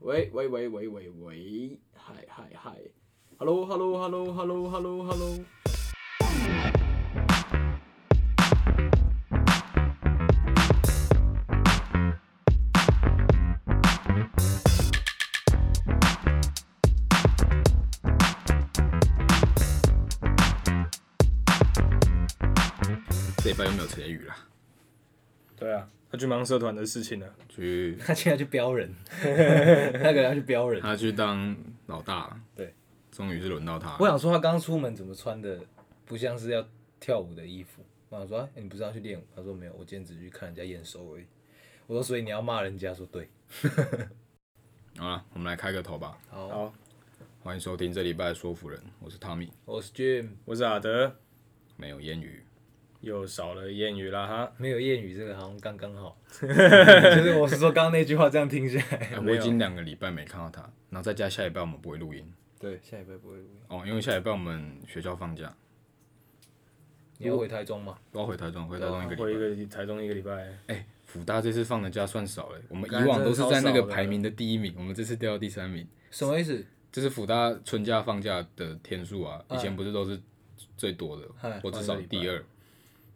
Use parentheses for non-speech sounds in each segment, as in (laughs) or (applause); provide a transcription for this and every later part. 喂喂喂喂喂喂，嗨嗨嗨，hello hello hello hello hello hello。这礼拜又没有陈宇啦，对啊，他去忙社团的事情了、去他现在去标 (laughs) 人，他给他去标人。他去当老大了，对，终于是轮到他我了。想说他刚出门怎么穿的不像是要跳舞的衣服？我想说、哎你不是要去练舞？他说没有，我今天只是去看人家验收而已。我说所以你要骂人家？说对，好了，我们来开个头吧。好，好，欢迎收听这礼拜的说服人，我是汤米，我是 Jim，我是阿德，没有烟雨。又少了谚语啦哈。没有谚语这个好像刚刚 (laughs) 好，就是我是说刚刚那句话这样听下来，哎我已经两个礼拜没看到他，然后再加下礼拜我们不会录音对，下礼拜不会录音。哦，因为下礼拜我们学校放假，你要回台中吗？我要回台中，回台中一个哦回礼一拜。个礼台中一个礼拜，哎、福大这次放的假算少了，我们干以往都是在那真的个超少的排名的第一名，我们这次掉到第三名。什么意思？这是福大春假放假的天数啊，以前不是都是最多的哎，我至少第二。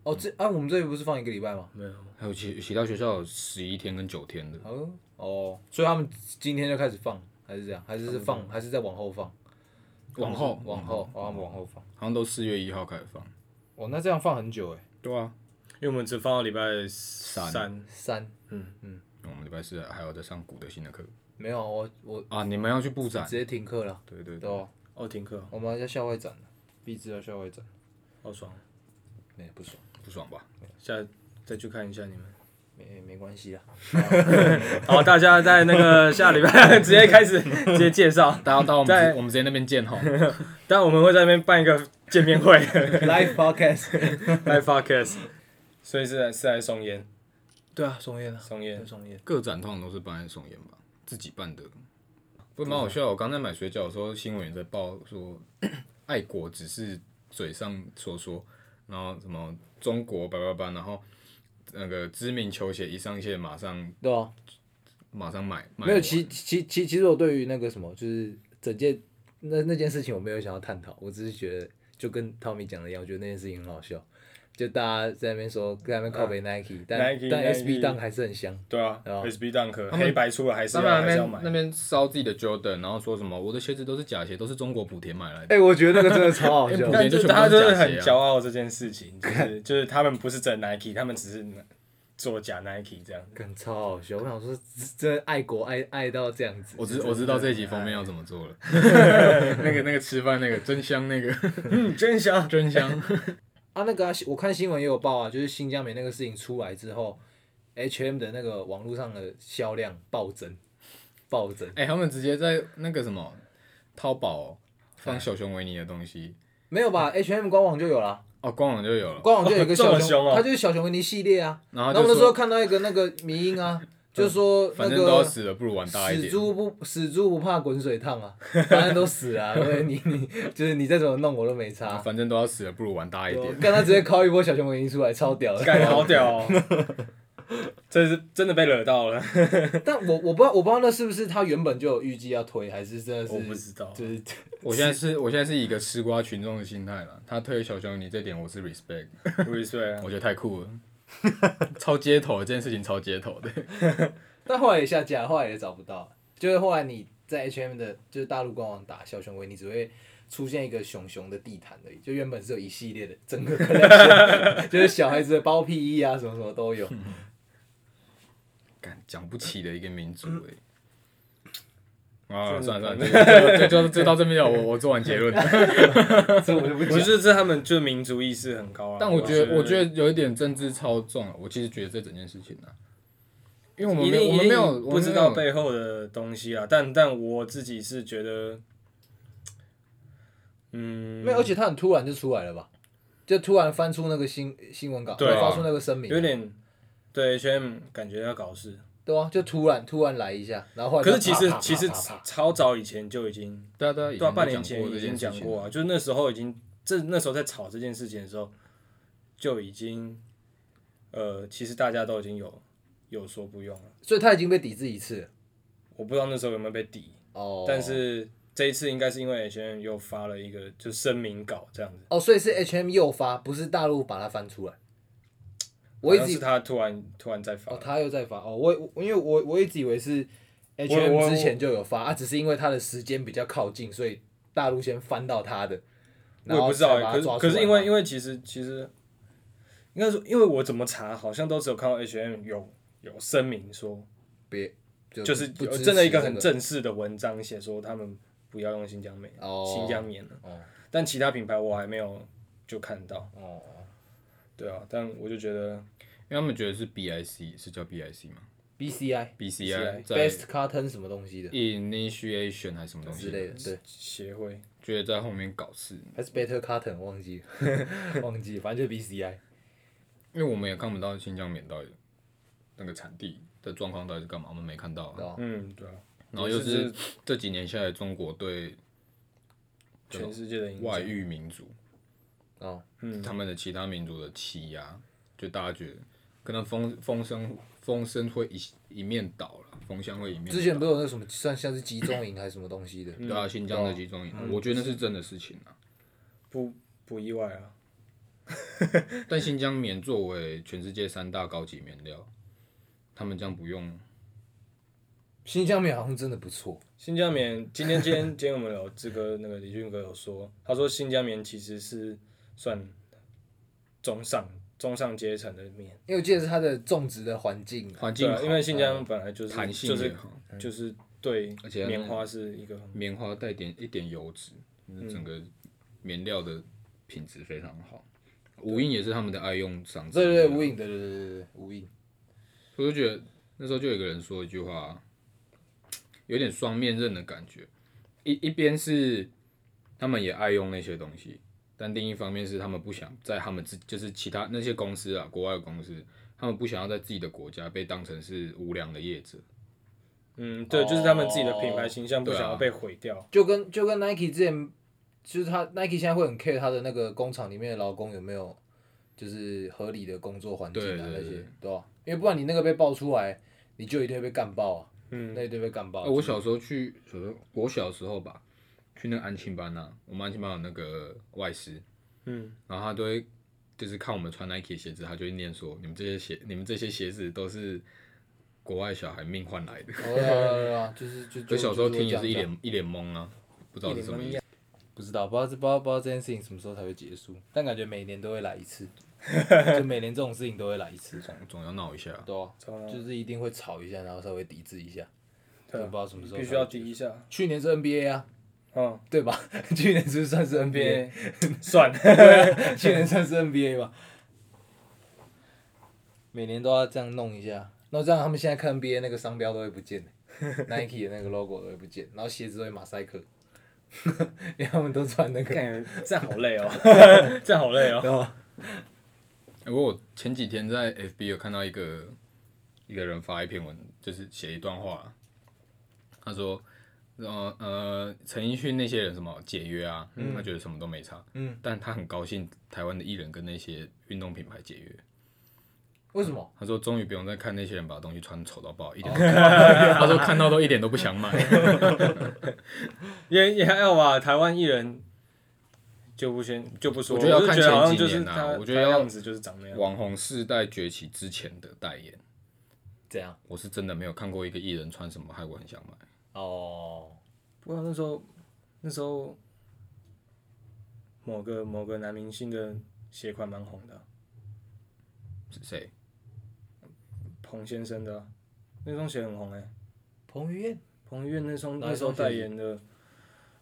哦，这啊，我们这里不是放一个礼拜吗？没有，还有其其他学校有十一天跟九天的，哦哦，所以他们今天就开始放，还是这样？还是是放，嗯还是再往后放？往后往后，哦，他们往后放。好像都四月一号开始放。哦，那这样放很久哎，对啊，因为我们只放到礼拜三，三我们礼拜四还有在上古德新的课没有我我啊，你们要去布展直？接停课了，对对对对，哦，哦，停课，我们要校外展了，必知要校外展，好爽，没不爽，不爽吧？下再去看一下你们。没没关系啦，好，大家在那个下礼拜 (laughs) 直接开始直接介绍，大家到我们在直我们直接那边见哈。但我们会在那边办一个见面会 (laughs) ，live podcast，来 podcast，所以是来是来送烟， (laughs) 对啊，松烟啊，送烟对，松烟，个展通常都是办在松烟吧，自己办的，不过蛮好笑的。我刚才买水饺的时候，新闻也在报说，爱国只是嘴上说说，然后什么中国叭叭叭，然后那个知名球鞋一上线马上对啊，马上买，买没有，完其其其其实我对于那个什么，就是整件那那件事情，我没有想要探讨，我只是觉得就跟 Tommy 讲的一样，我觉得那件事情很好笑，就大家在那边说在那边靠北 Nike，、但 Nike，但 Nike SB 档还是很香，对啊对啊，SB Dunk 他们黑白出了还是他们要那还是要边那买，边烧自己的 Jordan，然后说什么我的鞋子都是假鞋，都是中国补贴买来的。哎、我觉得那个真的超好笑哎。但就就全部都是他就是很假鞋啊骄傲这件事情，就是 (laughs) 就是他们不是真 Nike，他们只是做假 Nike 这样。干超好笑，我想说，真的爱国爱爱到这样子，我知我知道这一集哎封面要怎么 (laughs) 做了，那个那个吃饭那个真香那个嗯，真香。真香，啊，那个啊、我看新闻也有报啊，就是新疆棉那个事情出来之后，H&M 的那个网络上的销量暴增，暴增。 (laughs) 哎、他们直接在那个什么淘宝、哎放小熊维尼的东西，没有吧？H&M 官网就有啦，哦，官网就有了。官网 (laughs) 就有一个这么小凶熊，哦它就是小熊维尼系列啊。然后然啊就后我那时说嗯候看到一个那个迷音啊，就说那反正都要个死了，不如玩大一死点。猪不死猪不怕滚水烫啊，反正都死啊， (laughs) 所以你你就是你再怎么弄我都没差。反正都要死了，不如玩大一点。看他直接敲一波小熊维尼出来，超屌的。盖好屌、哦， (laughs) 这是真的被惹到了。但我我不知道我不知道那是不是他原本就有预计要推，还是真的是我不知道就是我现在是，我现在是以一个吃瓜群众的心态了。他推小熊，你这点我是 respect，五岁啊我，觉得太酷 (laughs) 了，超街头的这件事情，超街头的。但后来也下架，后来也找不到。就是后来你在 H&M 的，就是大陆官网打小熊维尼，只会出现一个熊熊的地毯而已。就原本是有一系列的整 (laughs) 个 collection，就是小孩子的包屁衣啊，什么什么都有。干讲不起的一个民族哎、啊，嗯真的算了算了，这这就这到这边了，我我做完结 (laughs) 论。这我就我不讲。是这他们就民族意识很高啊。但我觉得，我觉得得有一点政治操纵啊。我其实觉得这整件事情呢、因为我们一没有，定我们没有，一定我不们知没道有，背后的东西啊。但但我自己是觉得，嗯，没有，而且他很突然就出来了吧？就突然翻出那个新新闻稿，对啊发出那个声明，有点对 H M 感觉要搞事。对啊，就突然突然来一下，然后后来可是就其啪实啪其实啪啪啪超早以前就已经对啊对啊，以对啊，前半就讲年前过已这经件事讲情过了。啊，就是那时候已经这那时候在吵这件事情的时候，就已经呃，其实大家都已经有有说不用了。所以他已经被抵制一次了。我不知道那时候有没有被抵，哦，但是这一次应该是因为 H&M 又发了一个就声明稿这样子，哦，所以是 H&M 诱发，不是大陆把它翻出来。我一好像直以是他突然突然在发哦，，他又在发哦，我我因为我我一直以为是我 H&M 我之前就有发啊，只是因为它的时间比较靠近，所以大陆先翻到他的，我然也后不知道才把欸，它可抓是出可来是因为嘛因为其实其实应该说，因为我怎么查好像都只有看到 H&M 有有声明说，别就就是不有支真的持一个很这正式的文章写说他们不要用新疆棉，哦新疆棉了，哦但其他品牌我还没有就看到，哦对啊，但我就觉得因为他们觉得是 BIC 是叫 BIC 吗 BCI ？BCI 在 Best Cotton 什么东西的 initiation 还是什么东西之类的，对，协会觉得在后面搞事，还是 Better Cotton 我忘记了 (laughs) 忘记了，反正就是 BCI。因为我们也看不到新疆棉到底那个产地的状况到底是干嘛，我们没看到、对啊。啊嗯对啊，然后又是这几年下来，中国对啊全世界的影响外域民族，哦，嗯他们的其他民族的欺压，就大家觉得可能风风声风声会一一面倒了，风向会一面倒。之前不是有那个什么像像是集中营还是什么东西的，嗯对啊，新疆的集中营，我觉得那是真的事情啊。不不意外啊，但新疆棉作为全世界三大高级棉料，他们这样不用，新疆棉好像真的不错，新疆棉，今天今天今天我们有这个那个李俊哥有说，他说新疆棉其实是算中上中上阶层的棉，因为我记得是它的种植的环境啊环对境啊、好，因为新疆本来就是弹就性也是好，就是对而且棉花是一个棉花带点一点油脂，嗯整个棉料的品质非常好。无印也是他们的爱用商对品。对对，无印，对对对对对，无印。我就觉得那时候就有一个人说一句话，有点双面刃的感觉。一一边是他们也爱用那些东西，但另一方面是他们不想在他们自就是其他那些公司啊，国外的公司，他们不想要在自己的国家被当成是无良的业者。嗯对，就是他们自己的品牌形象不对啊想要被毁掉，就跟就跟 Nike 之前，就是他 Nike 现在会很 care 他的那个工厂里面的劳工有没有就是合理的工作环境啊对对那对些，对吧、因为不然你那个被爆出来，你就一定会被干爆啊，嗯那一定会被干爆。啊，我小时候去，小时候我小时候吧，去那个安亲班呐、我们安亲班有那个外师，嗯，然后他都会就是看我们穿 Nike 的鞋子，他就会念说，你们这些鞋，你们这些鞋子都是国外小孩命换来的。哦对啊对啊对啊，就是就我就小时候就是听也会这样是一讲脸一脸懵啊，不知道是什么意思。不知道，不知道这不知道不知道这件事情什么时候才会结束，但感觉每年都会来一次，就每年这种事情都会来一次， (laughs) 总总要闹一下，对啊、糟了就是一定会吵一下，然后稍微抵制一下，对啊就不知道什么时候必须才会要结束低一下，去年是 NBA 啊，嗯，对吧？ (laughs) 去年是不 (laughs) 是算是 NBA？别 (laughs) 算， (laughs) 去年算是 NBA 吧。每年都要这样弄一下，那这样他们现在看 NBA 那个商标都会 (laughs) 不见，Nike 的那个 logo 都会不见，然后鞋子都会马赛克， (laughs) 因为他们都穿那个，感觉这样好累哦， (laughs) 这样好累 (laughs) 哦，然后欸我有前几天在 FB 有看到一个一个人发一篇文，就是写一段话，他说，呃呃，陈奕迅那些人什么解约啊，他觉得什么都没差，嗯，但他很高兴台湾的艺人跟那些运动品牌解约，为什么？他说终于不用再看那些人把东西穿丑到爆，一点都不，他说看到都一点都不想买，也也还好吧，台湾艺人。就不先就不说，我觉得要就看觉得好像前几就是年啊他我觉得他要样子就是长那样，网红世代崛起之前的代言，这样？我是真的没有看过一个艺人穿什么害我很想买。哦，不过那时候，那时候某个某个男明星的鞋款蛮红的啊，是谁？彭先生的啊、那双鞋很红哎、彭于晏、彭于晏那双哪一那时候双鞋代言的，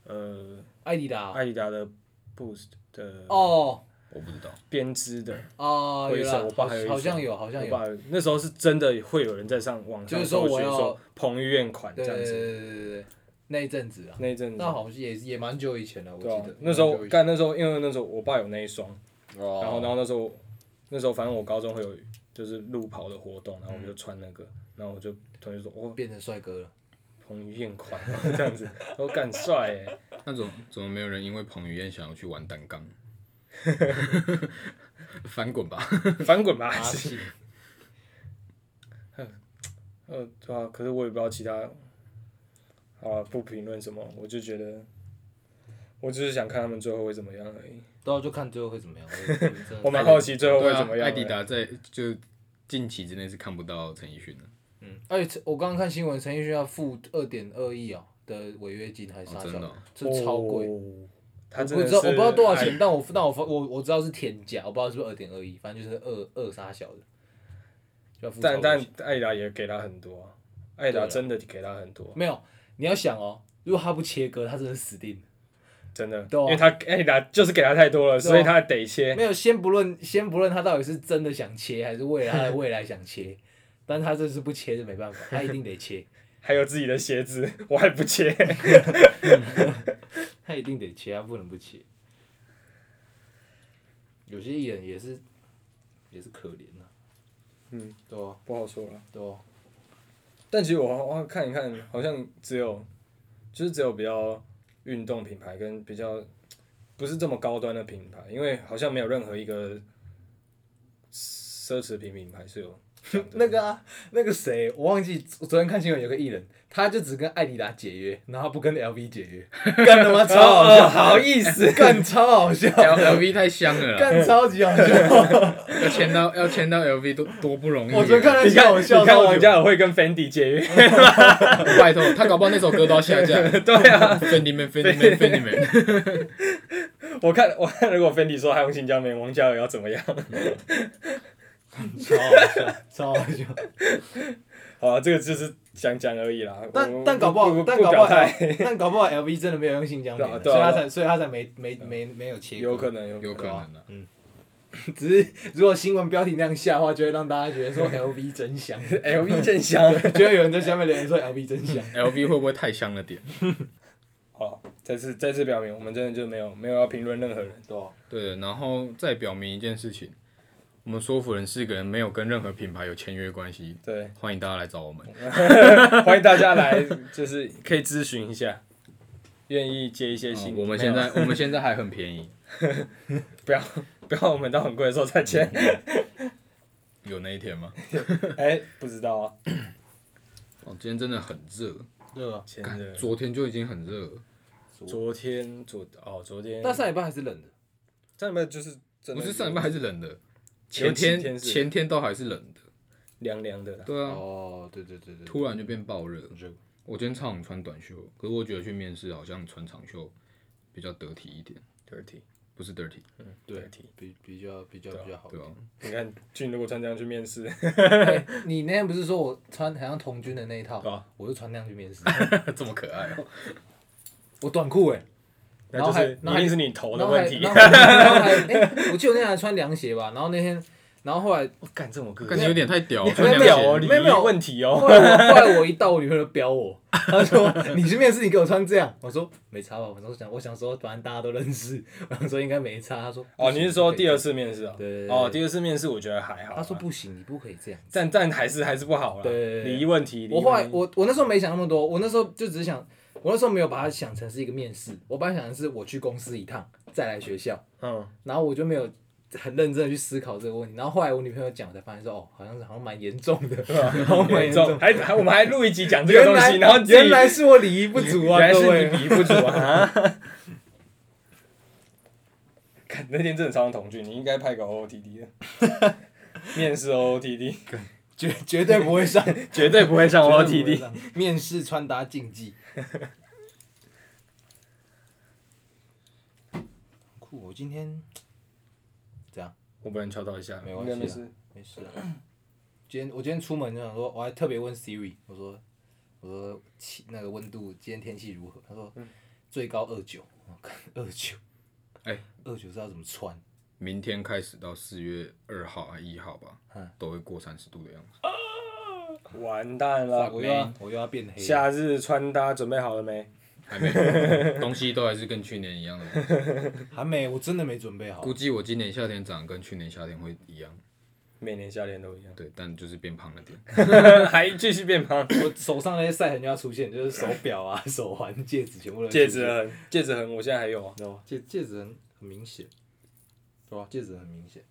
呃，艾迪达，艾迪达的 Boost 的哦我不知道。编织的，哦，灰有色啦我爸好还有一好像双有，好像我有，把那时候是真的会有人在上网就上是说搜我寻要说彭于晏款这对对样对对子，对对对，那一阵子啊，那一阵子那。好像也也蛮久以前了，我记对啊得，那时候蛮久以前干那时候，因为那时候我爸有那一双，哦然后然后那时候那时候反正我高中会有就是路跑的活动，然后嗯我就穿那个，然后我就同学说哦变成帅哥了，彭于晏款 (laughs) 这样子，我干帅哎，那种怎么没有人因为彭于晏想要去玩单杠？ (laughs) 翻滚吧！翻滚吧！阿信。啊呃，对啊，可是我也不知道其他好了，不评论什么，我就觉得，我只是想看他们最后会怎么样而已。到啊时候就看最后会怎么样。我也 (laughs) 真的我蛮好 (laughs) 奇最后会对怎啊么，样。艾迪达在就近期之内是看不到陈奕迅的，嗯， (laughs) 而且陈我刚刚看新闻，陈奕迅要付二点二亿哦的违约金还是啥哦真的哦这超贵。哦。我他不真的知是道，我不知道多少哎钱，但我但我我我知道是天价，我不知道是不是二点二亿，反正就是二二杀小的，就要付超但过但钱艾达也给他很多啊，艾对达啊真的给他很多，没有，你要想哦，如果他不切割，他真的死定了。真的，对啊因为他艾达就是给他太多了，对啊所以他得切。没有，先不论先不论他到底是真的想切，还是为了他的未来想切， (laughs) 但他这是不切就没办法，他一定得切，还有自己的鞋子，我还不切。他一定得切，他不能不切。有些艺人也是也是可怜呐、嗯，对啊，不好说了。对啊，但其实我我看一看，好像只有就是只有比较运动品牌跟比较不是这么高端的品牌，因为好像没有任何一个奢侈品品牌是有那个啊，那个谁，我忘记昨昨天看新闻有个艺人，他就只跟艾迪达解约，然后他不跟 LV 解约， (laughs) 干他妈超好笑，好意思， (laughs) 干超好笑， L L V 太香了啦，干超级好 (laughs) 笑。要签到要签到 L V 多多不容易啊。我昨天看到你笑，看我你笑看到我王嘉尔会跟 Fendi 解约，拜托，他搞不好那首歌都要下 (laughs) 架。对啊，粉你们，粉你们，粉你们。我看我看如果 Fendi 说他用新疆棉，王嘉尔要怎么样？超好笑，超好笑。好啊，这个就是讲讲而已啦。我 (laughs) 但但搞不好，但搞不表好态， L- 但搞不好 LV 真的没有用新疆棉啊，对所以啊对啊他才所以他才没没没没有切割。有可能有可有可对啊能啊，嗯。只是如果新闻标题那样下的话，就会让大家觉得说 LV 真香，能 LV 真香。 (laughs) (laughs) 就会有人在下面留言说 LV 真香。 L V 会不会太香了点？好，再次再次表明，我们真的就没有没有要评论任何人。对啊对，然后再表明一件事情，我们说服人四个人没有跟任何品牌有签约关系，对，欢迎大家来找我们。 (laughs) 欢迎大家来，就是可以咨询一下，愿意接一些哦新、我们现在我们现在还很便宜， (laughs) 不要不要我们到很贵的时候再签。嗯有那一天吗？ (laughs) 哎、不知道啊，哦，今天真的很热， (laughs) 对啊，签干的昨天就已经很热了，昨天昨哦昨天，但上礼拜还是冷的，上礼拜就是真的不是上礼拜还是冷的，有前几天天是前天都还是冷的，凉凉的啦。对啊，哦，对对对对，突然就变爆热。热我今天超想穿短袖，可是我觉得去面试好像穿长袖比较得体一点， dirty 不是 dirty，对体，比比较比啊较比较好对。吧、你看俊如果穿这样去面试，哎你那天不是说我穿好像童军的那一套对啊，我就穿那样去 (laughs) 面试， (laughs) 这么可 (laughs) 爱、哦，我短裤哎，那就 (laughs) 然后还是然后一还定是你头的然后问还题。然后还然后还哎，我记得我那天还穿凉鞋吧，然后那天，然后后来我 (laughs) 干这么个感觉有点太屌，没穿有凉没有鞋哦，你礼没有没仪有问题哦。后来我后来我一到，我女朋友就飙我，她说你去面试，你给我穿这样， (laughs) 我说没差吧，我说想我想说反正大家都认识， (laughs) 我想说应该没差，她说 (laughs) 哦，你是说第二次？次面试啊？对对对哦，第二次面试我觉得还好啊。她说不行，你不可以 (laughs) 这样。但但还是还是不好了。对对对礼仪问题。礼仪我后来问题我我那时候没想那么多，我那时候就只是想，我那时候没有把它想成是一个面试，我本来想的是我去公司一趟再来学校，嗯，然后我就没有。很认真的去思考这个问题，然后后来我女朋友讲，我才发现说，哦，好像是好像蛮严重 (laughs) 的， (laughs) 好像蛮严严重重，。还还我们还录一集讲这个哎原东来西，然后自己原来是我礼仪不足原啊，来各是你位。礼仪不足啊。 (laughs) 看那天真的超像童俊，你应该拍个 OOTD 的， (laughs) 面试 OOTD 绝绝对不会上，绝对不会上绝对不会 OOTD。上面试穿搭禁忌。酷，我今天我不能敲到一下，没关应系啊该没事。没事啊。今天我今天出门就想说，我还特别问 Siri，我说我说气那个温度，今天天气如何？他说嗯最高二九，我看二九，哎，二九是要怎么穿？明天开始到四月二号还一号吧，嗯都会过三十度的样子。完蛋了，我又要我又要变黑了。夏日穿搭准备好了没？还没， (laughs) 东西都还是跟去年一样的。还没，我真的没准备好估。计我今年夏天长得跟去年夏天会一样，，每年夏天都 (laughs) 一样对，但就是变胖了点。还继续变胖。我手上那些晒痕就要出现，就是手表啊、 (laughs) 手环、戒指全部都戒指很，戒指很，我现在还有啊。哦，戒戒指很很明显，对吧、戒指很明显。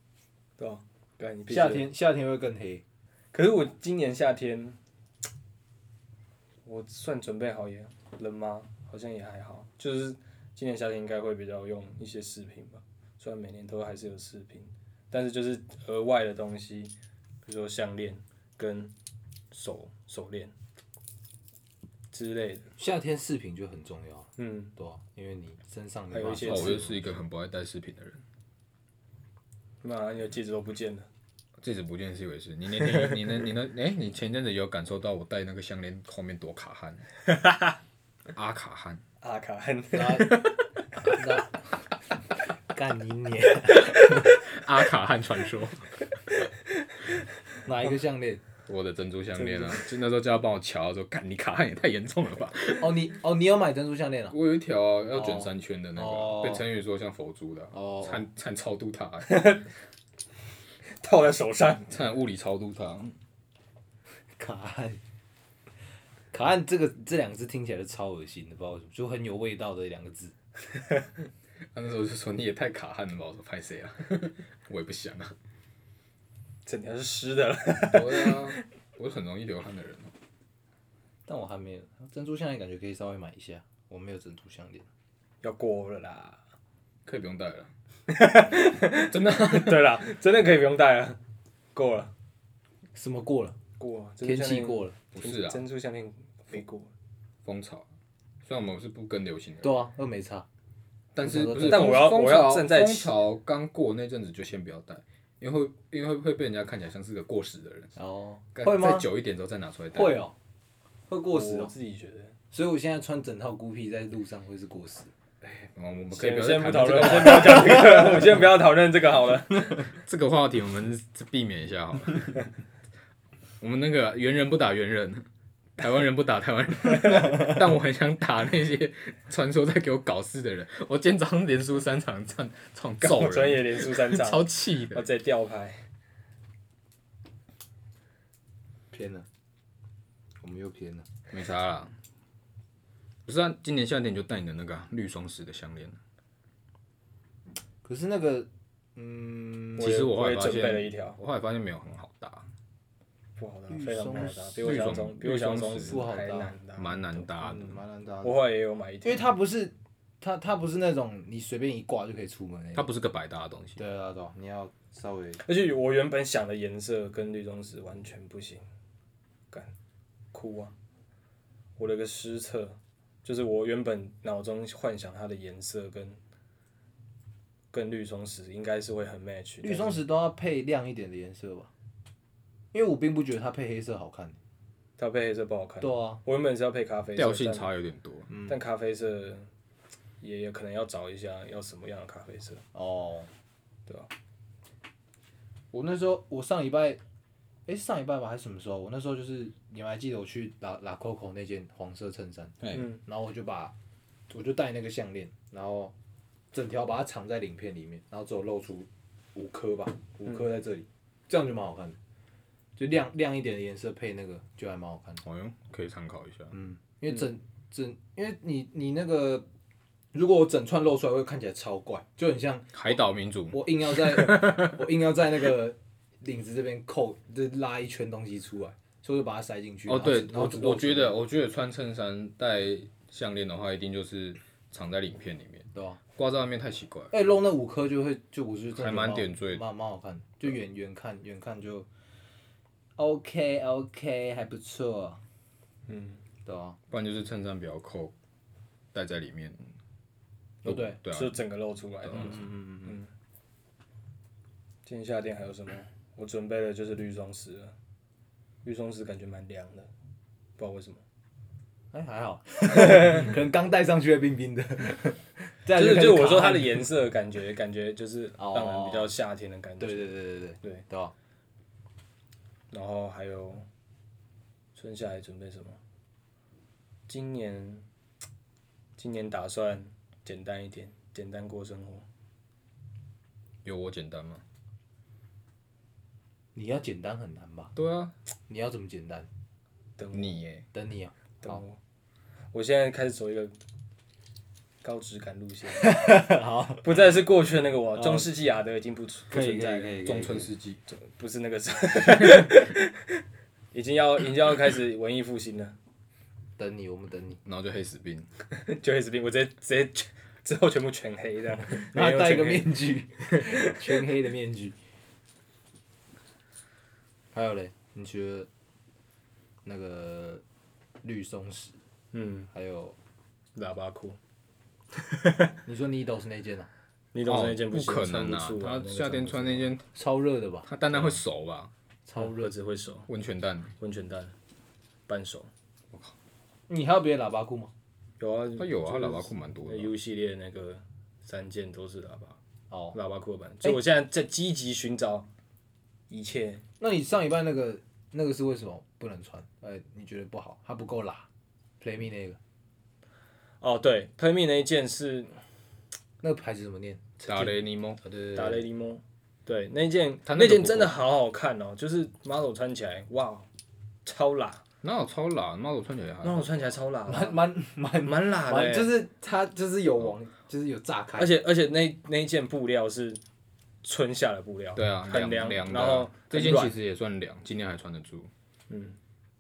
对啊，干你屁事夏天夏天会更黑，可是我今年夏天，我算准备好也了吗？好像也还好，就是今年夏天应该会比较用一些饰品吧，虽然每年都还是有饰品，但是就是额外的东西，比如说项链跟手手链之类的，夏天饰品就很重要，嗯，对啊，因为你身上没还有办一法些哦，我戒就指，是一个很不爱戴饰品的人，那你的戒指都不见了，戒指不见是一回事。你那天，你那，你那，哎、你前阵子有感受到我戴那个项链后面多卡汗，阿卡汗，阿卡汉，然后然后 (laughs) 干你娘！阿卡汗传说， (laughs) 哪一个项链？我的珍珠项链啊，就那时候叫他帮我瞧，说干你卡汗也太严重了吧。哦，你哦，你有买珍珠项链啊？我有一条啊，要卷三圈的那个啊，哦被陈宇说像佛珠的啊，哦差差点超度他，啊套在手上，差点物理超度他。啊卡汉，卡汉这个这两个字听起来就超恶心的，不知道为什么，就很有味道的两个字。他那时候就说你也太卡汗了吧，我说拍谁啊？ (laughs) 我也不想啊，整条是湿 (laughs) 的了，对啊，我是很容易流汗的人哦、但我还没有珍珠项链，感觉可以稍微买一下。我没有珍珠项链，要过了啦。可以不用戴了。真的啊、对啦， (laughs) 真的可以不用戴了，够了，什么过了？过了，珍珠天项气链过了，不是啊，珍珠项链没过，风潮。虽然我们是不跟流行的人，对啊，又没差。但是不是但风我要风我要潮站在风起潮刚过那阵子就先不要戴，因为会因为会会被人家看起来像是个过时的人。哦，干会吗再？久一点之后再拿出来戴。会哦，会过时我哦。自己觉得。所以我现在穿整套孤僻在路上会是过时。嗯我们可以先不要再先不谈讨这论，个先不要讲这个， (laughs) 我们先不要讨论这个好了。这个话题我们避免一下好了。 (laughs) 我们那个猿人不打猿人，台湾人不打台湾人， (laughs) 但我很想打那些传说在给我搞事的人。我今天早上连输三场，这样这样 (laughs) 揍专人，业连输三 (laughs) (laughs) 场，超气我的。直接吊牌。偏了，我们又偏了。没啥啦，不是啊，今年夏天你就戴你的那个啊、绿双十的项链。可是那个，嗯，其实我后我来也发准现备了一条，我后来发现没有很好搭，不好搭绿，非常不好搭松，比我想象中绿比我想象绿中松不好搭还难搭。蛮难搭的。蛮难搭的我。后来也有买一条，因为它不是它它不是那种你随便一挂就可以出门那它种。不是个百搭的东西。对啊对啊，你要稍微而且我原本想的颜色跟绿松石完全不行，干哭啊！我的个失策，就是我原本脑中幻想它的颜色跟跟绿松石应该是会很 match，绿松石都要配亮一点的颜色吧，因为我并不觉得它配黑色好看。但它配黑色不好看。对啊，我原本是要配咖啡色，调性嗯但差有点多，但咖啡色也有可能要找一下要什么样的咖啡色。哦，对啊。我那时候我上礼拜，诶，上礼拜吧还是什么时候？我那时候就是你们还记得我去拉拉 Coco 那件黄色衬衫，嗯，然后我就把我就戴那个项链，然后整条把它藏在鳞片里面，然后只有露出五颗吧，五颗在这里，这样就蛮好看的，就亮亮一点的颜色配那个就还蛮好看的，好像可以参考一下。嗯，因为整、整因为你你那个如果我整串露出来会看起来超怪，就很像海岛民主，我硬要在 (laughs) 我硬要在那个领子这边扣，就拉一圈东西出来，所以我就把它塞进去。哦，然后对只，然后我只露我出觉来得，我觉得穿衬衫戴项链的话，一定就是藏在鳞片里面，对吧、啊挂在外面太奇怪了。哎、露那五颗就会就我是真的还蛮觉得点缀的蛮蛮好看的，就远远看远看就，OK OK 还不错，嗯，对啊，不然就是衬衫不要扣，戴在里面。哦对，对啊，就整个露出来的。嗯嗯今年夏天还有什么？我准备的就是绿松石了，绿松石感觉蛮凉的，不知道为什么。嗯，哎、还好， (laughs) 可能刚戴上去会冰 (laughs) 冰的，再来就是开始就是我说啊卡它的颜色感觉感觉就是让人比较夏天的感觉。对对对对对对对吧、啊然后还有春夏还准备什么？今年今年打算简单一点，简单过生活。有我简单吗？你要简单很难吧？对啊，你要怎么简单？等我你耶，等你啊，等我，我现在开始走一个高质感路线， (laughs) 好，不再是过去的那个我，中世纪亚德已经不存不存在了，以中村世纪，不 (laughs) 是那个时候，已经要已经要开始文艺复兴了。等你，我们等你。然后就黑死病，就黑死病，我直接直接全之后全部全黑 (laughs) 这样，然没后有戴一个全黑面具， (laughs) 全黑的面具。还有嘞，你觉得那个绿松石，嗯，还有喇叭裤，你说你 Dos 那件啊，你懂那件不行可能穿不啊住！啊他夏天穿那件，超热的吧？嗯他蛋蛋会熟吧？超热。热只会手温泉蛋，温泉蛋半手，你还有别的喇叭裤吗？有啊，他有啊，他就是喇叭裤蛮多那的啊。 U 系列那个三件都是喇叭哦，喇叭裤的哎版，所以我现在在积极寻找一切。那你上一半那个那个是为什么不能穿？呃，你觉得不好，它不够辣。Play Me 那个哦，对，Play Me 那一件是那个牌子怎么念？打雷尼蒙，啊，对对打对，雷尼蒙，对，那一件它那那个件不真的好好看哦，就是 model 穿起来，哇，超辣哪有超辣？妈我穿起来还好，model 穿起来超辣，蛮蛮蛮蛮辣的欸、蛮，就是它就是有往，就是有炸开而。且而且那那一件布料是春夏的布料，对啊，很凉凉，凉的然啊后。这很件其软，实也算凉，今天还穿得住。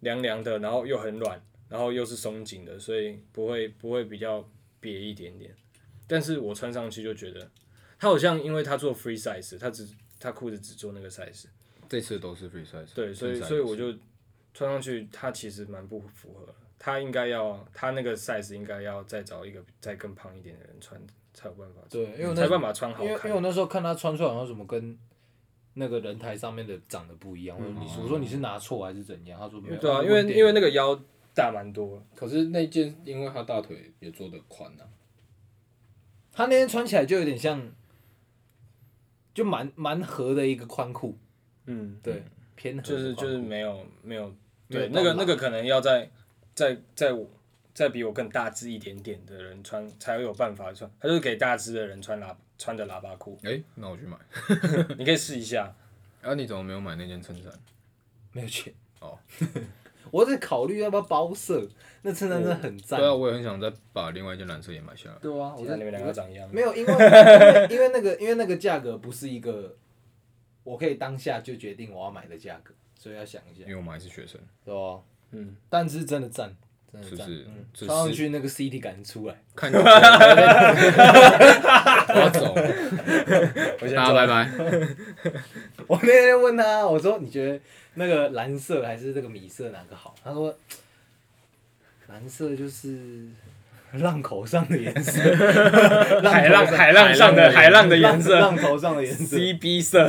凉凉的，然后又很软，然后又是松紧的，所以不会不会比较瘪一点点，但是我穿上去就觉得，它好像因为它做 free size，它只它裤子只做那个 size。这次都是 free size。对，所以 free size 所以我就穿上去，它其实蛮不符合的，它应该要它那个 size 应该要再找一个再更胖一点的人穿才有办法，对，因为我那才有办法穿好因为因为看。我那时候看他穿出来好像怎么跟那个人台上面的长得不一样，我说你我说你是拿错还是怎样？他说没有，嗯对啊，他因问为店因为那个腰大蛮多，可是那件，因为他大腿也做的宽啊，他那天穿起来就有点像，就蛮蛮合的一个宽裤，嗯，对，偏合的就是宽裤就是没有没有没有对那个到那个可能要在在在我。再比我更大只一点点的人穿才有办法穿，他就是给大只的人穿喇穿的喇叭 (laughs) 裤，哎，那我去买。你可以试一下。啊，你怎么没有买那件衬衫？没有钱哦。 (laughs) 我在考虑要不要包色，那衬衫真的很赞对。啊，我也很想再把另外一件蓝色也买下来。对啊，我我在看你们两个长一样，没有，因为 (laughs) 因为因为那个因为那个价格不是一个我可以当下就决定我要买的价格，所以要想一下因，为我们还是学生，对啊，嗯，但是真的赞，真是的不赞。是？只穿上是去那个 CT 感出来， (laughs) 看就觉得， (laughs) 我要走了，我先大家拜拜。我那天问他，我说你觉得那个蓝色还是这个米色哪个好？他说蓝色就是浪口上的 (laughs) 颜色，海浪口上海浪上的海浪的颜色，浪头上的颜色。 CB (laughs) 色，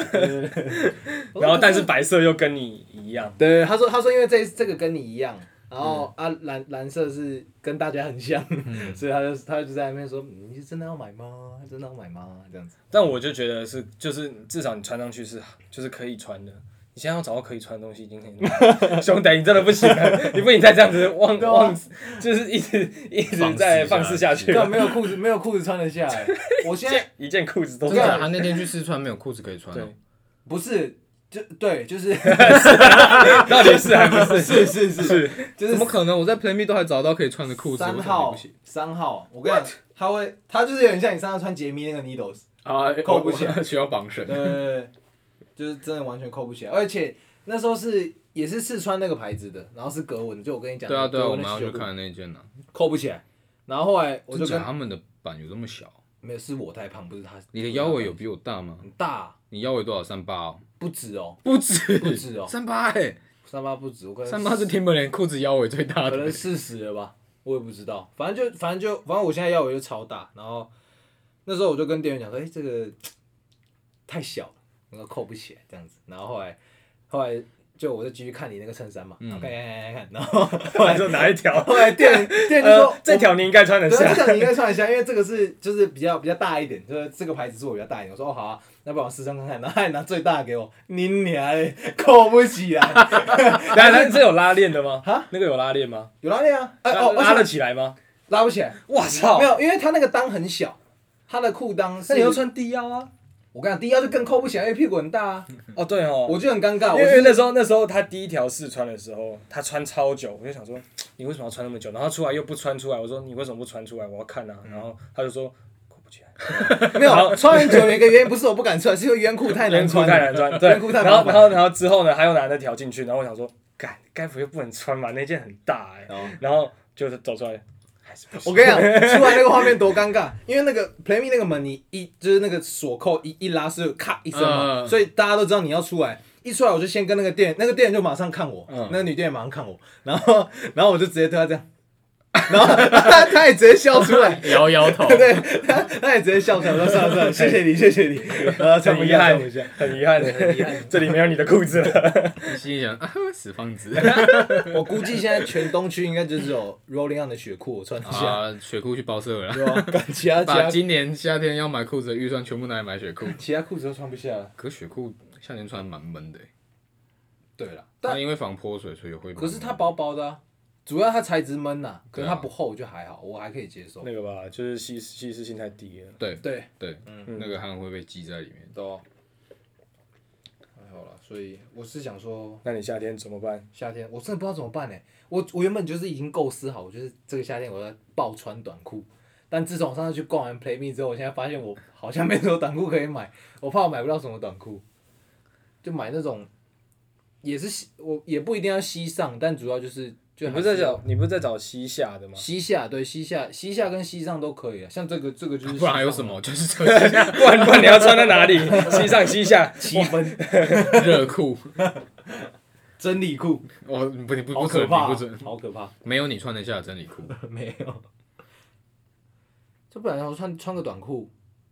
然后但是白色又跟你一样，对，他说他说因为这这个跟你一样，然后、嗯啊蓝蓝色是跟大家很像，所以他就他就在那边说嗯你是真的要买吗？真的要买吗？这样子。但我就觉得是就是至少你穿上去是就是可以穿的。你现在要找到可以穿的东西已经很难了 (laughs) 兄弟，你真的不行了，你不能再这样子忘对啊忘， (laughs) 就是一直一直在放放肆肆下下去去根。本没有裤子，没有裤子穿得下 (laughs) 来。我现在一件裤子都真是的，他那天去试穿没有裤子可以穿哦对，不是，就对，就是到底是还不是？ (laughs) 是是是是，就怎是么可能？我在 Play Me 都还找到可以穿的裤子，三为什么你号不行？三号，我跟你讲，他会他就是有点像你上次穿杰米那个 Needles，啊，扣不起来来，需要绑绳。 (laughs) 呃，就是真的完全扣不起来，而且那时候是也是试穿那个牌子的，然后是格纹的，就我跟你讲，对啊，对啊，格我纹们的要袖去口看那件呢。扣不起来，然后后来我我就就跟讲他们的版有这么小，没有是我太胖，不是他，你的腰围有比我大吗？很大，你腰围多少？三八哦，不止哦，不止，不止哦三八哎，三八不止，我跟三八是 Timberland 裤子腰围最大可能的。 (laughs) 四十了吧，我也不知道。反正就反正就反正我现在腰围就超大，然后那时候我就跟店员讲说，哎、这个太小了，那个扣不起来这样子。然后后来后来就我就继续看你那个衬衫嘛，然后看看看看看，然 (laughs) 后后我来说哪一条？后来店员店员就说 (laughs) 呃，这。条你应该穿得对，啊这下。条你应该穿一下，因为这个是就是比较比较大一点，就是这个牌子是我比较大一点。我说哦好啊，那不然我试穿看看，然后他还拿最大的给我，你娘嘞，扣不起 (laughs) 来，然后这有拉链的吗啊？那个有拉链吗？有拉链啊，哎、拉哦拉得而且起来吗？拉不起来，我操没！有，因为他那个裆很小，他的裤裆是。那你要？穿低腰啊？我跟你讲，低腰就更扣不起来，因为屁股很大啊，哦，对哦，我就很尴 (laughs) 尬。我因为因就为那时候那时候他第一条试穿的时候，他穿超久，我就想说你为什么要穿那么久？然后出来又不穿出来，我说你为什么不穿出来？我要看嗯啊。然后他就说扣不起来，没有穿很久，有一个原因不是我不敢穿，是因为圆裤太难内裤穿太 (laughs) 了。难穿，对。内裤太麻然后烦然后然后之后呢，他又拿那条进去，然后我想说，该该不会不能穿吧？那件很大哎、哦然后就是找出来还是不行。我跟你讲，出来那个画面多尴尬，因为那个 Playme 那个门，你一就是那个锁扣一一拉是咔一声嘛，嗯所以大家都知道你要出来。一出来我就先跟那个店，那个店员就马上看我，嗯那个女店员马上看我，然后然后我就直接对她这样，然后 (laughs) 她她也直接笑出来，摇摇头， (laughs) 对，她她也直接笑出来，我说算了算了，谢谢你谢谢你，然后唱很不遗下憾唱不下，，很遗憾，很遗憾，这里没有你的裤子了。心里想啊，死胖 (laughs) 子我估计现在全东区应该就只有 Rolling On 的雪裤我穿得下，啊，雪裤去报社了啦。 (laughs) 对吧？其他其把他今年夏天要买裤子的预算全部拿来买雪裤，其他裤子都穿不下了，可雪裤夏天穿蛮闷的欸，对了，但它因为防泼水，所以会。可是它，薄薄的、啊，主要它材质闷呐、可是它对啊不厚就还好，我还可以接受。那个吧，就是吸吸湿性太低了。对对，对，嗯那个汗会被积在里面。都还好了。所以我是想说，那你夏天怎么办？夏天我真的不知道怎么办呢、欸我我原本就是已经构思好，我就是这个夏天我要爆穿短裤。但自从我上次去逛完 Playme 之后，我现在发现我好像没什么短裤可以买，我怕我买不到什么短裤，就买那种，也是西我也不一定要西上，但主要就是你就还不是在要找你不是在找西夏的吗？西夏对西夏，西夏跟西上都可以啊。像这个这个就是西上啊，不然还有什么？就是这些 (laughs) 不然不然你要穿到 (laughs) 哪里？西上西 (laughs) 下，七分热 (laughs) 裤，真理裤，我不你不好不可准怕你啊，不准，好可怕，没有你穿得下的真理裤。 (laughs) 没有。就不然我穿穿个短裤，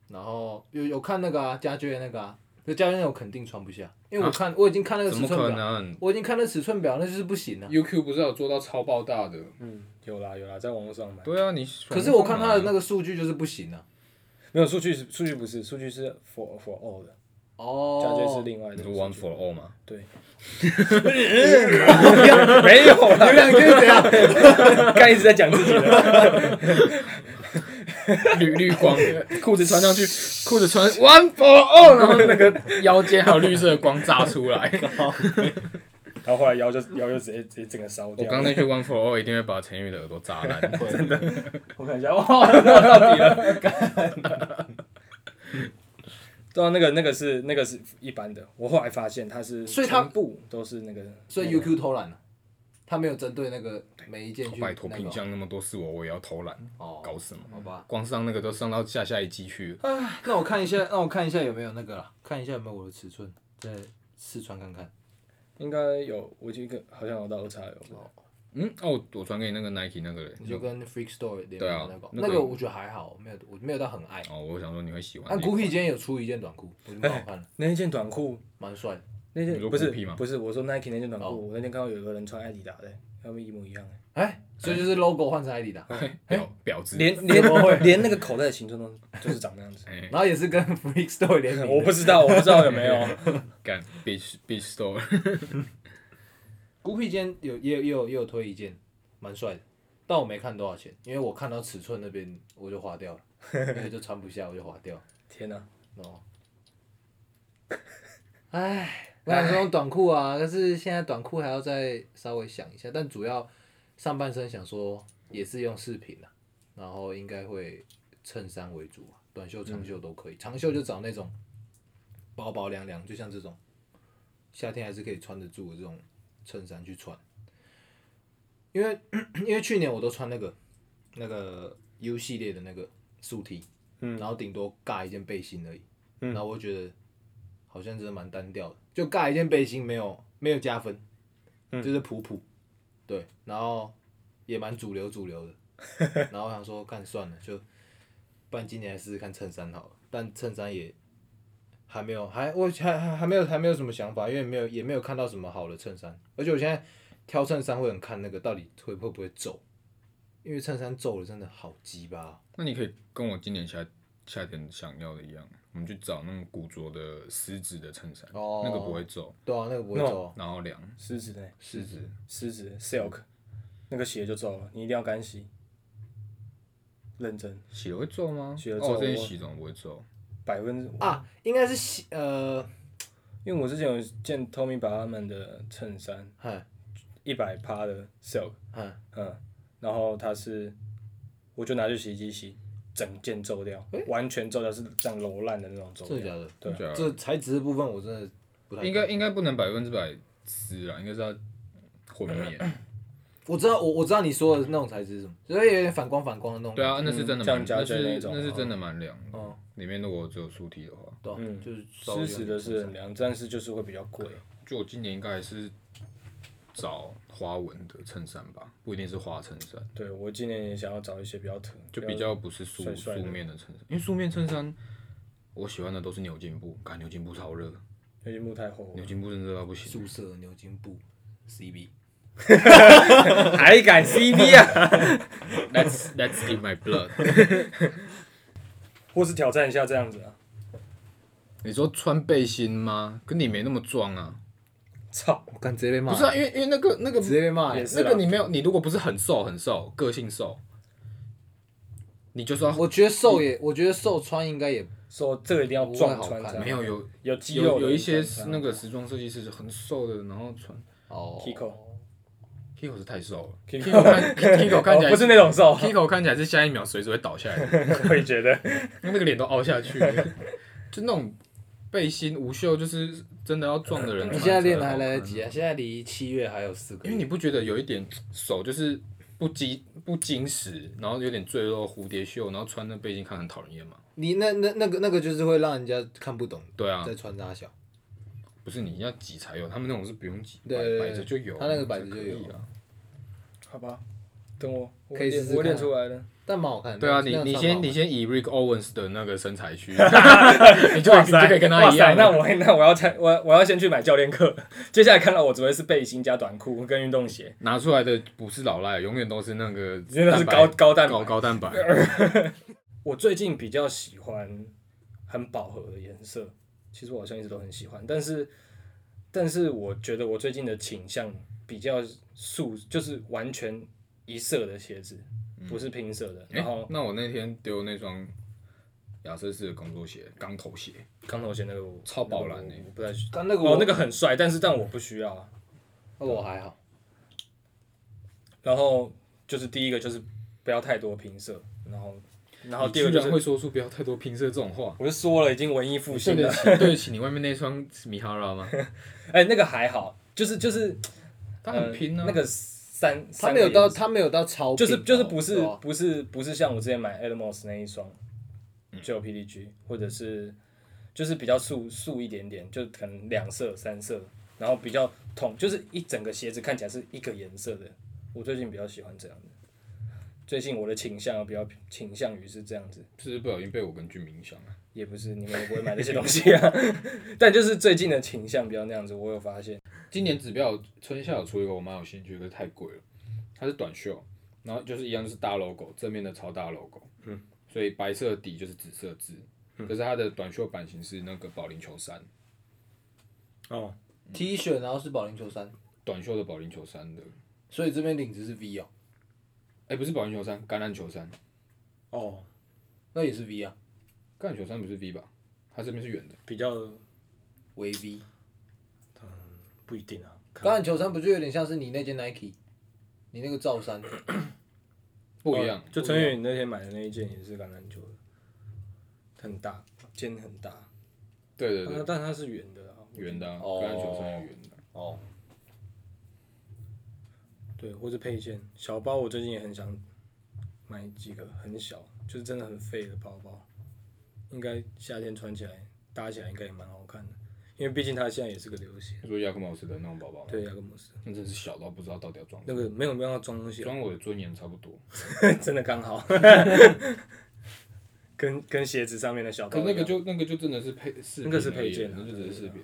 然后有有看那个啊，家居那个啊，那家居那我肯定穿不下，因为我看、我已经看那个啊怎尺么寸可表，能我已经看那尺寸表，那就是不行啊。 ？UQ 不是有做到超爆大的？嗯，有啦有啦，在网络上买。对啊，你可是我看他的那个数据就是不行啊。没有数据是，数据不是，数据是 for for all 的，哦，家具是另外你的说数据。 One for All 吗？ (laughs) 对。没有啦，两个是怎样？ (laughs) 刚一直在讲自己的，绿绿光，裤子穿上去，裤子穿 One for All，然后那个腰间还有绿色的光炸出 (laughs) 来。然后后来腰就腰就直接直接整个烧我掉。刚那句 One for All 一定会把陈宇的耳朵炸烂。我看一下，哇， (laughs) 到底了。对啊，那个那个是那个是一般的，我后来发现它是所以它全部都是那个，所以 UQ 偷懒了、他没有针对那个每一件去、那拜个托，品相那么多是我，我也要偷懒，哦，搞什么？好吧。光上那个都上到下下一季去了。唉那我看一下，让我看一下有没有那个啦，看一下有没有我的尺寸，再试穿看看。应该有，我记得好像有到 XL，嗯，哦，我我传给你那个 Nike 那个嘞。你就跟 Freak Store 联对名啊的那个，那那个个我觉得还好，没有我没有到很爱。哦，我想说你会喜欢但那个。 Gucci 今天有出一件短裤，我觉得蛮好看的，那一件短裤，蛮帅的。那你件说不是狗屁吗不是，我说 Nike 那件短哦裤，我那天看到有个人穿艾迪达的，他们一模一样，哎，所以就是 logo 换成艾迪达，表婊子。 (laughs) 连 (laughs) 连连那个口袋的形状都就是长那样子。哎，然后也是跟 (laughs) Freak Store 联名的。我不知道，我不知道有没 (laughs) 有。干 Beach Beach Store。 Gucci 今天有也有也有也有推一件，蛮帅的，但我没看多少钱，因为我看到尺寸那边我就划掉了，因为就穿不下我就划掉了。天哪、哦，唉，我想说用短裤啊，可是现在短裤还要再稍微想一下，但主要上半身想说也是用饰品啊，然后应该会衬衫为主啊，短袖、长袖都可以，长袖就找那种薄薄凉凉，就像这种夏天还是可以穿得住的这种衬衫去穿，因为因为去年我都穿那个那个 U 系列的那个素 T，然后顶多尬一件背心而已。然后我觉得好像真的蛮单调的，就尬一件背心没有没有加分，就是普普，对，然后也蛮主流主流的。然后我想说，干算了，就不然今年来试试看衬衫好了，但衬衫也还没有，还我还还还没有还没有什么想法，因为没有也没有看到什么好的衬衫，而且我现在挑衬衫会很看那个到底会会不会皱，因为衬衫皱了真的好鸡巴哦、那你可以跟我今年夏夏天想要的一样，我们去找那种古着的丝质的衬衫，哦那个不会皱，对啊，那个不会皱啊。然后凉。狮子呢？丝质狮子 silk，那个血就皱了，你一定要干洗。认真，洗了会皱吗？洗了皱哦，我之前我洗怎么不会皱？百分之啊，应该是西呃，因为我之前有见 Tommy 把他们的衬衫嗨一百趴的 silk，嗨，嗯，然后它是，我就拿去洗衣机洗，整件皱掉，完全皱掉是这样揉烂的那种皱真的假掉。的？对啊假的这材质的部分我真的不太啊应该应该不能百分之百丝啦，应该是要混棉。我知道，我我知道你说的那种材质是什么，就是有点反光反光的那种。对啊，那是真的蛮，嗯那像夹是针那种那是真的蛮凉的。哦，里面如果只有素 T 的话，对啊，嗯就是稍微湿时有点的是很凉，但是就是会比较贵。就我今年应该还是找花纹的衬衫吧，不一定是花衬衫，对我今年也想要找一些比较特，就比较不是素帅帅的素面的衬衫，因为素面衬衫我喜欢的都是牛津布，感牛津布超热，因为木太厚了 (laughs) 牛津布真的热到不行。素色的牛津布 CB。还敢 CB 啊？That's that's in my blood。 (laughs) 或是挑战一下这样子啊！你说穿背心吗？跟你没那么壮啊。操，我看直接被骂不是啊，因为因为那个那个哎直接被骂也耶。那是啦个你没有，你如果不是很瘦很瘦，个性瘦，你就说我觉得瘦也，我觉得瘦穿应该也说这个一定要不会撞好穿看才没有有有肌肉有的有一些穿才好那个时装设计师是很瘦的，然后穿哦。 Kiko Kiko 是太瘦了 Kiko ，Kiko 看 (laughs) Kiko 看起来哦不是那种瘦， Kiko 看起来是下一秒随时会倒下来的， (laughs) 我也觉得那个脸都凹下去， (laughs) 就那种背心无袖，就是真的要壮的人。你现在练的还来得及啊！？现在离七月还有四个因为月。你不觉得有一点手就是不矜不矜持，然后有点赘肉蝴蝶袖，然后穿那背心看很讨人厌嘛？你那那那个那个就是会让人家看不懂，对啊，在穿搭小。不是你要挤才有，他们那种是不用挤，对摆对对摆着就有，他那个摆着这可就有以啊。好吧，等我我可以练试试我看啊练出来了，但蛮好看的。对啊，那你样你算蛮先好你看先以 Rick Owens 的那个身 (laughs) 材去，你就可以你就可以跟他一哇塞，样那了。我那我要参我我要先去买教练课，接下来看到我只会是背心加短裤跟运动鞋，拿出来的不是老赖，永远都是那个真的是蛋白高高蛋高白。高 (laughs) 蛋白。我最近比较喜欢很饱和的颜色，其实我好像一直都很喜欢，但是但是我觉得我最近的倾向比较素，就是完全一色的鞋子，不是拼色的。然哎后，那我那天丢那双亚瑟士的工作鞋，钢头鞋，钢头鞋那个我超饱蓝那欸个我我不太喜但那个哦我，那个很帅，但是但我不需要啊。那个我还好。然后就是第一个就是不要太多拼色，然后然后你第二个居就然是会说出不要太多拼色这种话。我就说了已经文艺复对兴得了，起，对得起你外面那双米哈拉 (laughs) 吗？哎、那个还好，就是就是他很拼啊，呃那个三他三没个有到，颜色他没有到超就频是哦，就是不是对啊不是不是像我之前买 Atmos 那一双，嗯就有 PDG 或者是就是比较素素一点点，就可能两色三色，然后比较统，就是一整个鞋子看起来是一个颜色的。我最近比较喜欢这样的，最近我的倾向比较倾向于是这样子。是不是不小心被我跟俊明影响了？也不是，你们也不会买这些东西啊。 (laughs) 但就是最近的倾向比较那样子，我有发现。今年指标有春夏有出一个我蛮有兴趣，可是太贵了。它是短袖，然后就是一样就是大 logo，正面的超大 logo，嗯，所以白色底就是紫色字，嗯可是它的短袖版型是那个保龄球衫，哦， T 恤，然后是保龄球衫，短袖的保龄球衫的，所以这边领子是 V 哦，哎、不是保龄球衫，橄榄球衫，哦，那也是 V 啊，橄榄球衫不是 V 吧？它这边是圆的，比较微 V。不一定啊。橄榄球衫不就有点像是你那件 Nike，你那个罩衫，不一样，就陈宇你那天买的那一件也是橄榄球的，很大，肩很大，对对但对，但它是圆的啊。圆的、啊，哦橄榄球衫是圆的，哦，对，或者配件。小包我最近也很想买几个，很小，就是真的很废的包包，应该夏天穿起来搭起来应该也蛮好看的，因为毕竟它现在也是个流行。你说亚克毛斯的那种包包，对，雅各摩斯那真是小到不知道到底要装什那么，个没有必要装东西啊，装我的尊严差不多。 (laughs) 真的刚好，跟跟鞋子上面的小可包一样。那个就那个就真的是配饰品而已，啊那个是配件啊那就只是饰品。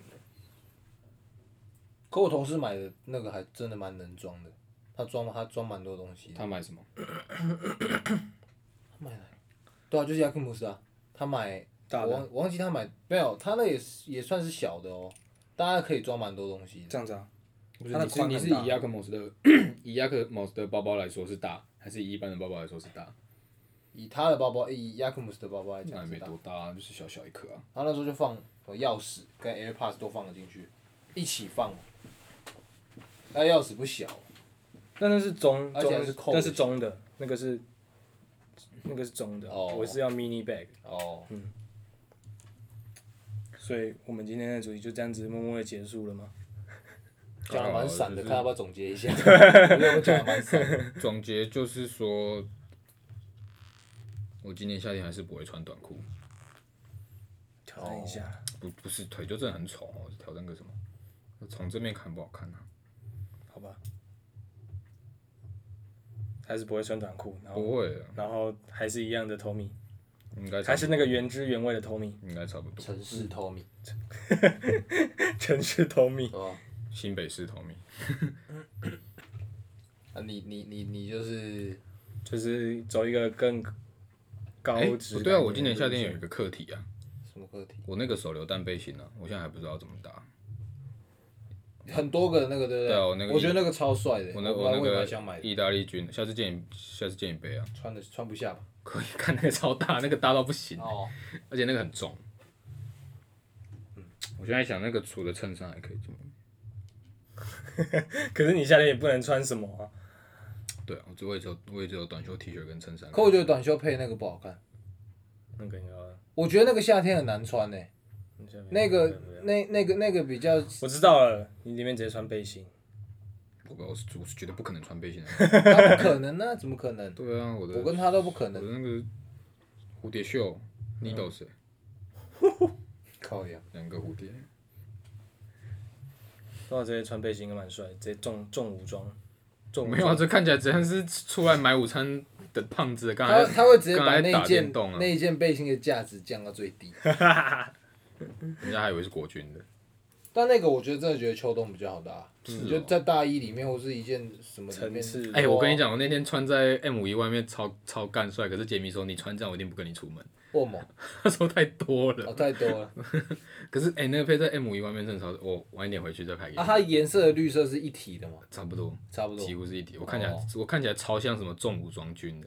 可我同事买的那个还真的蛮能装的，他装他装蛮多东西的，他买什么？他买了，对啊，就是雅克姆斯啊，他买，大我的忘我忘记他买没有，他那也是也算是小的哦，大家可以装蛮多东西的，这样子啊，不是它的你是宽你是很大以亚克莫斯的以亚克莫斯的包包来说是大，还是以一般的包包来说是大？以他的包包，以雅克姆斯的包包来那讲也是没大，多大啊，就是小小一颗啊。他那时候就放我钥匙跟 AirPods 都放了进去，一起放，哦那钥匙不小。哦但那是中而且还中是扣的那是中的，那个是那个是中的，哦我是要 mini bag，哦，所以我们今天的主题就这样子默默的结束了吗？讲的蛮散就的，是看要不要总结一 (laughs) 下，因为我们讲的蛮散的。 (laughs) 总结就是说，我今年夏天还是不会穿短裤，挑战一下。不不是腿就真的很丑哦，我挑战个什么？从正面看不好看啊，好吧，还是不会穿短裤，然后不会啊，然后还是一样的 Tommy，应该差还不是多那个原汁原味的 (laughs) Tommy，应该差不多。城市透明，城市 Tommy，对吧？新北市同名，啊，你你你你就是就是走一个更高哎、质、不对啊，我今年夏天有一个课题啊，什么课题？我那个手榴弹背心啊，我现在还不知道怎么打。很多个那个，对不对？对啊我那个觉得那个超帅的，我那我那也个蛮想买的，意大利军，下次见你，下次见你背啊。穿的穿不下吧？可以看那个超大， (laughs) 那个大到不行，哦，而且那个很重。嗯我现在想那个除了衬衫还可以怎么？可是你夏天也不能穿什么啊？对啊，我只我也只有我也只有短袖 T 恤跟衬衫。可我觉得短袖配那个不好看，那个应该我觉得那个夏天很难穿呢、你下面那个没有那那个那个比较，我知道了，你里面直接穿背心，我我是我是绝对不可能穿背心的。他不可能呢、怎么可能？对啊，我的我跟他都不可我的能。那个蝴蝶袖，needles 欸靠呀！两个蝴蝶，那我直接穿背心应该蛮帅，直接重重武装，重武没有啊，装这看起来只像是出来买午餐的胖子，刚他才他会直接刚把才那打一件电动啊那一件背心的价值降到最低，人家还以为是国军的。但那个我觉得真的觉得秋冬比较好搭，是你就哦在大衣里面或是一件什么里层面，次。哎、我跟你讲，我那天穿在 M 五一外面超超干帅，可是杰米说你穿这样我一定不跟你出门，(laughs) 或某他说太多了。哦太多 (laughs) 了。可是哎、那个配在 M 五一外面正常，我晚一点回去再拍给你。啊，它颜色的绿色是一体的嘛，差不多，差不多几。乎是一体。我看起来、哦我看起来超像什么重武装军的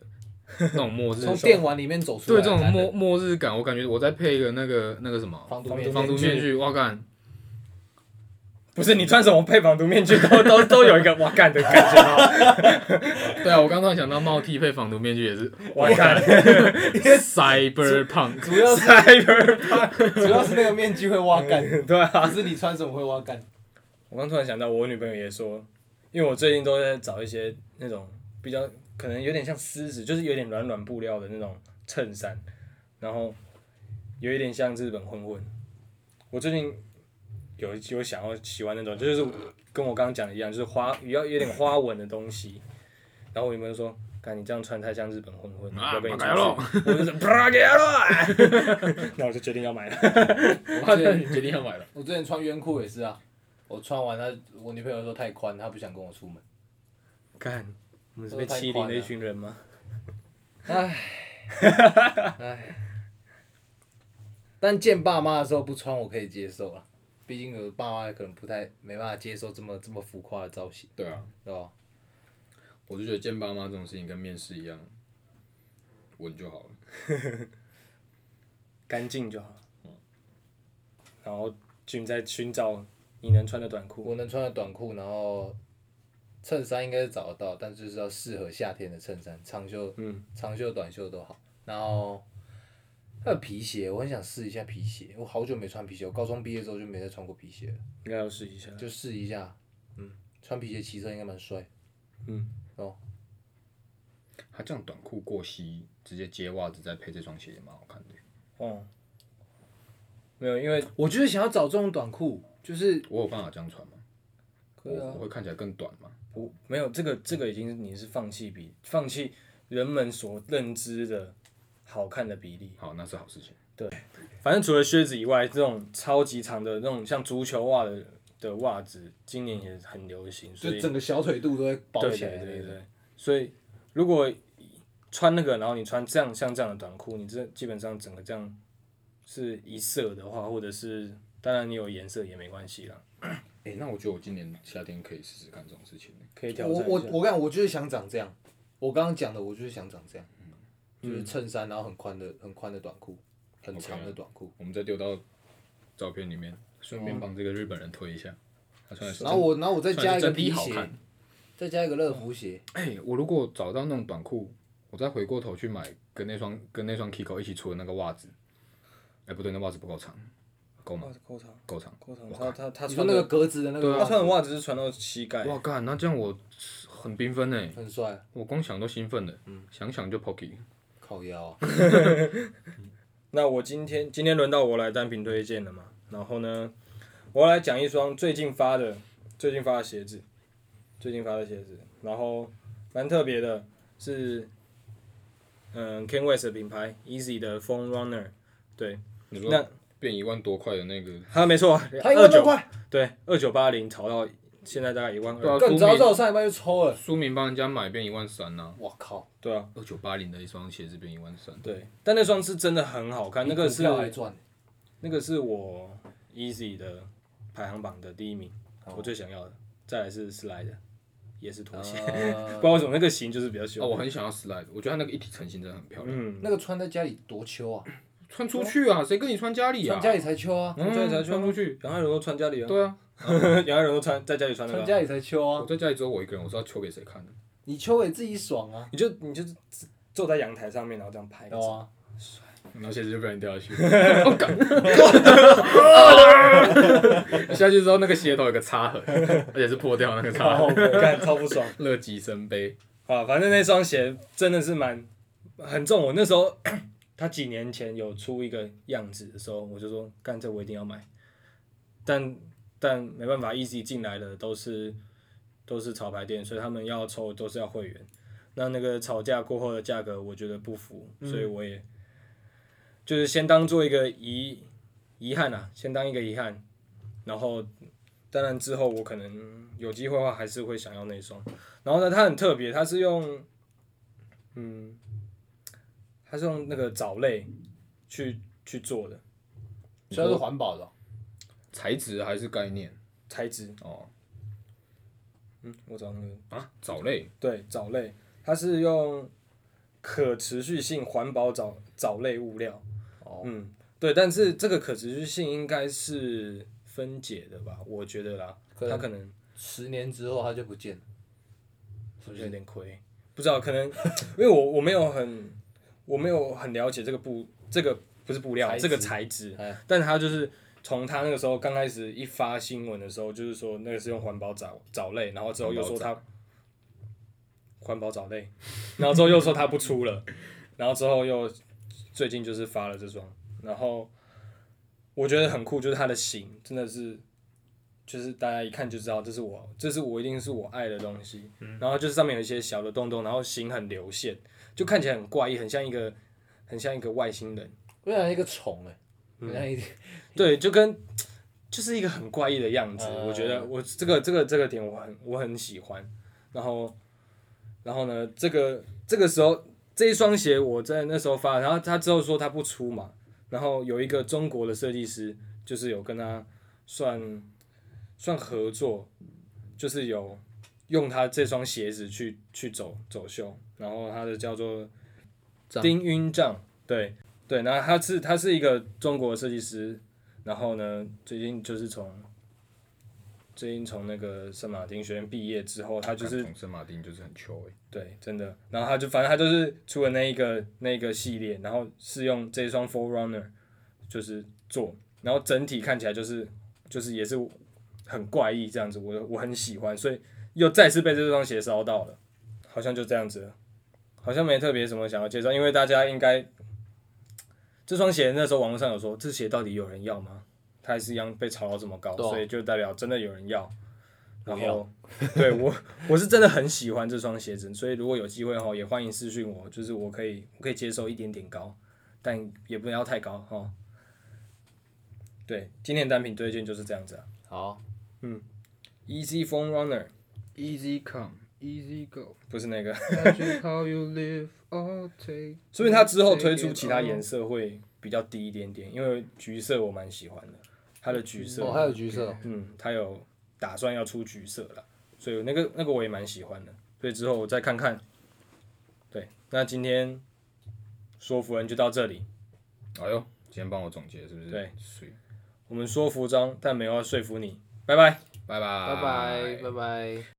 那种末日从，电玩里面走出对来，这种感觉末末日感，我感觉我再配一个那个那个什么。防毒面具防毒面具，哇干！不是你穿什么配防毒面具都都都有一个哇干的感觉啊，对啊，我刚突然想到帽 T 配防毒面具也是 (laughs) (laughs) 哇干 (laughs) cyberpunk，主要是，cyber 主要是那个面具会挖 (laughs) 干，对啊。可是你穿什么会挖干？我刚突然想到，我女朋友也说，因为我最近都在找一些那种比较可能有点像丝质，就是有点软软布料的那种衬衫，然后有一点像日本混混。我最近有有想要喜欢那种，就是跟我刚刚讲的一样，就是花要有点花纹的东西。然后我女朋友说：“看你这样穿太像日本混混，啊要被你出马卡亚去。” (laughs) 我就是啪给了，那我就决定要买了。我之前决定要买了。我之前穿鸳裤也是啊，我穿完她，我女朋友说太宽，她不想跟我出门。看，我们是是被被欺欺凌凌的的一一群群人吗？但见爸妈的时候不穿我可以接受啊，毕竟我爸妈可能不太没办法接受这么这么浮夸的造型，对啊，对吧？我就觉得见爸妈这种事情跟面试一样，稳就好了。干净就好。嗯然后君在寻找你能穿的短裤，我能穿的短裤，然后衬衫应该是找得到，但就是要适合夏天的衬衫，长袖、嗯长袖、短袖都好。然后还有皮鞋，我很想试一下皮鞋，我好久没穿皮鞋，我高中毕业之后就没再穿过皮鞋了，应该要试一下。就试一下。嗯，穿皮鞋骑车应该蛮帅。嗯，哦，他这样短裤过膝，直接接袜子再配这双鞋也蛮好看的。哦，没有，因为我就是想要找这种短裤，就是我有办法这样穿吗？可我以啊我，会看起来更短吗？我没有这个这个已经是你是放弃比放弃人们所认知的好看的比例。好，那是好事情。反正除了靴子以外，这种超级长的那种像足球袜的的袜子，今年也很流行，所就以整个小腿肚都会包对起来对的对那对种。对，所以如果穿那个，然后你穿这样像这样的短裤，你这基本上整个这样是一色的话，或者是当然你有颜色也没关系啦，哎、那我觉得我今年夏天可以试试看这种事情、可以挑我战我一下。我讲，我就是想长这样。我刚刚讲的，我就是想长这样，嗯就是衬衫，然后很宽的、很宽的短裤，很 OK 长的短裤。我们再丢到照片里面，顺便帮这个日本人推一下。他穿的是然后我，然后我再穿的是加一个真的皮好鞋看，。再加一个乐福鞋，哎、我如果找到那种短裤，我再回过头去买跟那双跟那双 Kiko 一起出的那个袜子，哎、不对，那袜子不够长，够吗？嗯哇，裤长够长。裤长，我他他他你说穿啊那个的格子的那个他穿袜子，的袜子是穿到膝哎盖，哇干，那这样我很缤纷呢，很帅，我光想都兴奋了，嗯想想就 Pocky。靠腰啊，那我今天今天轮到我来单品推荐了嘛？然后呢，我要来讲一双最近发的最近发的鞋子，最近发的鞋子，然后蛮特别的，是嗯 Ken West 的品牌 Easy 的 Phone Runner，对，你那说变一万多块的那个，他啊没错，他一万二多九块，对二九八零炒到现在大概一万对二，啊，更苏早明早上一班就抽了，苏明帮人家买变一万三呐，我靠，对啊，二九八零的一双鞋子变一万三，对，但那双是真的很好看，那个比股是票还赚，那个是我 Easy 的排行榜的第一名，哦我最想要的。再来是 Slide，也是拖鞋，不 (laughs) 呃知道为什么那个型就是比较喜哦，欢。我很想要 slide，我觉得它那个一体成型真的很漂亮。嗯，那个穿在家里多秋啊，穿出去啊，谁跟你穿家哎里啊？穿家里才秋啊，嗯穿家里穿穿出去。杨爱荣都穿家里啊，对啊，杨爱荣都穿在家里穿那个啊，穿家里才秋啊我，在家里只有我一个人，我知道秋给谁看的。你秋给自己爽啊，你就你就是坐在阳台上面，然后这样拍个哦有照。啊，然后鞋子就被人掉下 (laughs) 去，我哦干！下去之后，那个鞋头有个擦痕，而且是破掉那个擦痕， (laughs) 干超不爽乐极生悲。啊！反正那双鞋真的是蛮很重。我那时候 (coughs) 他几年前有出一个样子的时候，我就说干这我一定要买，但但没办法，Easy 进来的都是都是潮牌店，所以他们要抽都是要会员。那那个吵架过后的价格，我觉得不符，所以我也、就是先当做一个遗遗憾啊，先当一个遗憾。然后当然之后我可能有机会的话，还是会想要那双。然后呢，它很特别，它是用嗯，它是用那个藻类去去做的虽然是环保的哦，材质还是概念材质。哦嗯，我找那个啊，藻类对，藻类，它是用可持续性环保藻藻类物料。哦嗯，对，但是这个可持续性应该是分解的吧？我觉得啦，可它能可能十年之后它就不见了，是不有是？点亏，不知道可能因为我我没有很我没有很了解这个布这个不是布料材这个质材质哎，但它就是。从他那个时候刚开始一发新闻的时候，就是说那个是用环保藻藻类，然后之后又说它环保藻类，然后之后又说它不出了，然后之后又最近就是发了这双，然后我觉得很酷，就是它的型真的是，就是大家一看就知道这是我，这是我一定是我爱的东西。然后就是上面有一些小的洞洞，然后型很流线，就看起来很怪异，很像一个很像一个外星人，我想一个虫哎，嗯好像一对，就跟就是一个很怪异的样子。嗯我觉得我这个这个这个点我很我很喜欢。然后，然后呢，这个这个时候这一双鞋我在那时候发，然后他之后说他不出嘛，然后有一个中国的设计师就是有跟他算算合作，就是有用他这双鞋子去去走走秀，然后他的叫做丁云丈，对对，然后他是他是一个中国的设计师，然后呢，最近就是从最近从那个圣马丁学院毕业之后，他就是圣马丁就是很秋哎，对，真的。然后他就反正他就是出了那一个那一个系列，然后是用这一双 Forerunner 就是做，然后整体看起来就是就是也是很怪异这样子，我我很喜欢，所以又再次被这双鞋烧到了，好像就这样子了，好像没特别什么想要介绍，因为大家应该这双鞋那时候网络上有说这鞋到底有人要吗？它还是一样被炒到这么高，对啊所以就代表真的有人要。然我要后，对我我是真的很喜欢这双鞋子，所以如果有机会哈，也欢迎私讯我，就是我可以我可以接受一点点高，但也不要太高哈。对，今天的单品推荐就是这样子啊好，Easy Phone Runner ，Easy come easy go，不是那个， how you live all take。 (laughs) 说明它之后推出其他颜色会比较低一点点，因为橘色我蛮喜欢的，它的橘色，哦，还有橘色哦，嗯，它有打算要出橘色了，所以那个那个我也蛮喜欢的，所以之后我再看看。对，那今天说服人就到这里。哎呦，今天帮我总结是不是？对所以我们说服装，但没有要说服你。拜拜。拜拜拜拜拜拜。